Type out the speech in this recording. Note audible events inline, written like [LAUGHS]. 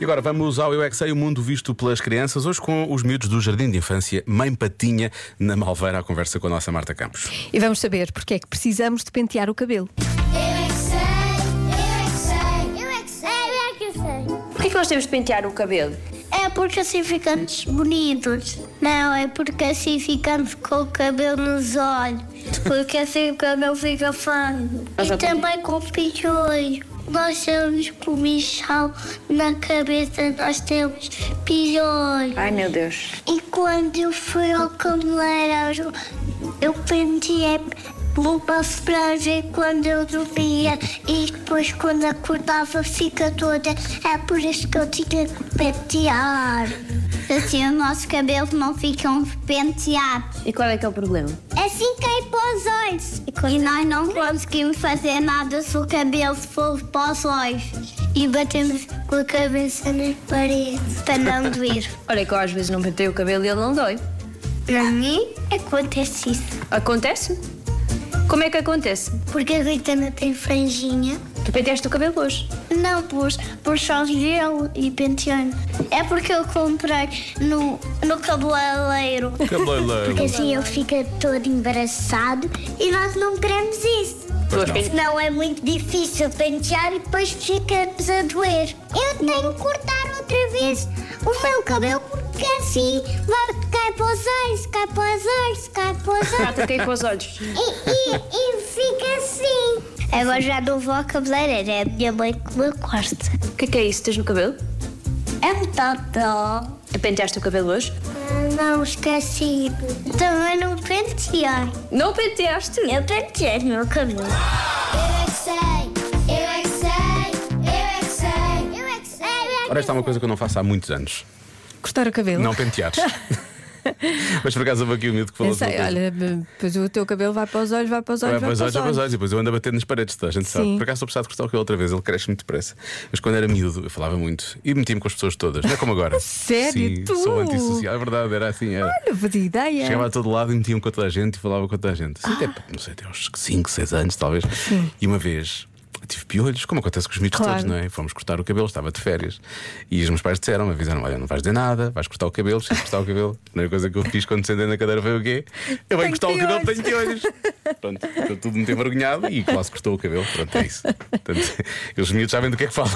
E agora vamos ao Eu é que Sei, o mundo visto pelas crianças, hoje com os miúdos do Jardim de Infância, Mãe Patinha, na Malveira, à conversa com a nossa Marta Campos. [LAUGHS] E vamos saber porque é que precisamos de pentear o cabelo. Eu é que sei, eu é que sei, eu é que sei, eu é que sei. Porquê que nós temos de pentear o cabelo? É porque assim ficamos bonitos. Não, é porque assim ficamos com o cabelo nos olhos. Porque assim o cabelo fica feio. Ah, E tá. também com piolho. Nós temos comichão na cabeça, nós temos piolho. Ai meu Deus. E quando eu fui ao cabeleireiro, eu penteei lupa para ver quando eu dormia e depois quando acordava fica toda. É por isso que eu tinha que pentear. Assim o nosso cabelo não ficam penteados. E qual é que é o problema? Assim cai para os olhos. E Hum? nós não conseguimos fazer nada se o cabelo for para os olhos. E batemos com a cabeça na parede para não doer. Olha que eu às vezes não pentei o cabelo e ele não dói. Para mim é acontece isso. Acontece? Como é que acontece? Porque a Rita tem franjinha. Tu penteaste o cabelo hoje. Não pus, pus só gelo e penteando. É porque eu comprei no, no cabeleireiro. Porque Cabeleireiro. assim ele fica todo embaraçado e nós não queremos isso. Pois não. Senão é muito difícil pentear e depois ficamos a doer. Eu tenho que cortar outra vez o meu cabelo porque assim vai cai para os olhos, cai para os olhos, cai para os olhos. Já toquei Ah, tá com os olhos. E, fica assim. Agora já não vou à cabeleireira, é a minha mãe que me corta. O que é que é isso? Tens no cabelo? É um totó. Ah, Penteaste o cabelo hoje? Não, esqueci. Também Então não pentear. Não penteaste? Eu penteei meu cabelo. Eu é que sei, eu é que sei, eu é que sei, eu é que sei. Ora, esta é uma coisa que eu não faço há muitos anos. Cortar o cabelo. Não [LAUGHS] penteados. Mas por acaso houve aqui um miúdo que falou Pensei, sobre É, olha, pois o teu cabelo vai para os olhos, vai para os olhos, Vai para os olhos, vai para os olhos, e depois eu ando a bater nas paredes, toda a gente sabe. Sim. Por acaso estou precisado de cortar o cabelo outra vez, ele cresce muito depressa. Mas quando era miúdo, eu falava muito e metia-me com as pessoas todas, não é como agora. [LAUGHS] Sério? Sim, Tu? sou antissocial, é verdade, era assim. Era. Olha, vou de ideia. Chegava a todo lado e metia-me com toda a gente e falava com toda a gente. Assim, Ah. até, não sei, até uns 5, 6 anos, talvez. E uma vez. eu Tive piolhos, como acontece com os miúdos Claro. todos, não é? Fomos cortar o cabelo, estava de férias. E os meus pais disseram, avisaram: olha, não vais dizer nada, vais cortar o cabelo, se cortar o cabelo. A primeira coisa que eu fiz quando sentei na cadeira foi o quê? Eu venho Tenho cortar o cabelo, piolhos. tenho piolhos. Pronto, estou [LAUGHS] tudo muito envergonhado e quase cortou o cabelo. Pronto, é isso. Portanto, os miúdos sabem do que é que falam.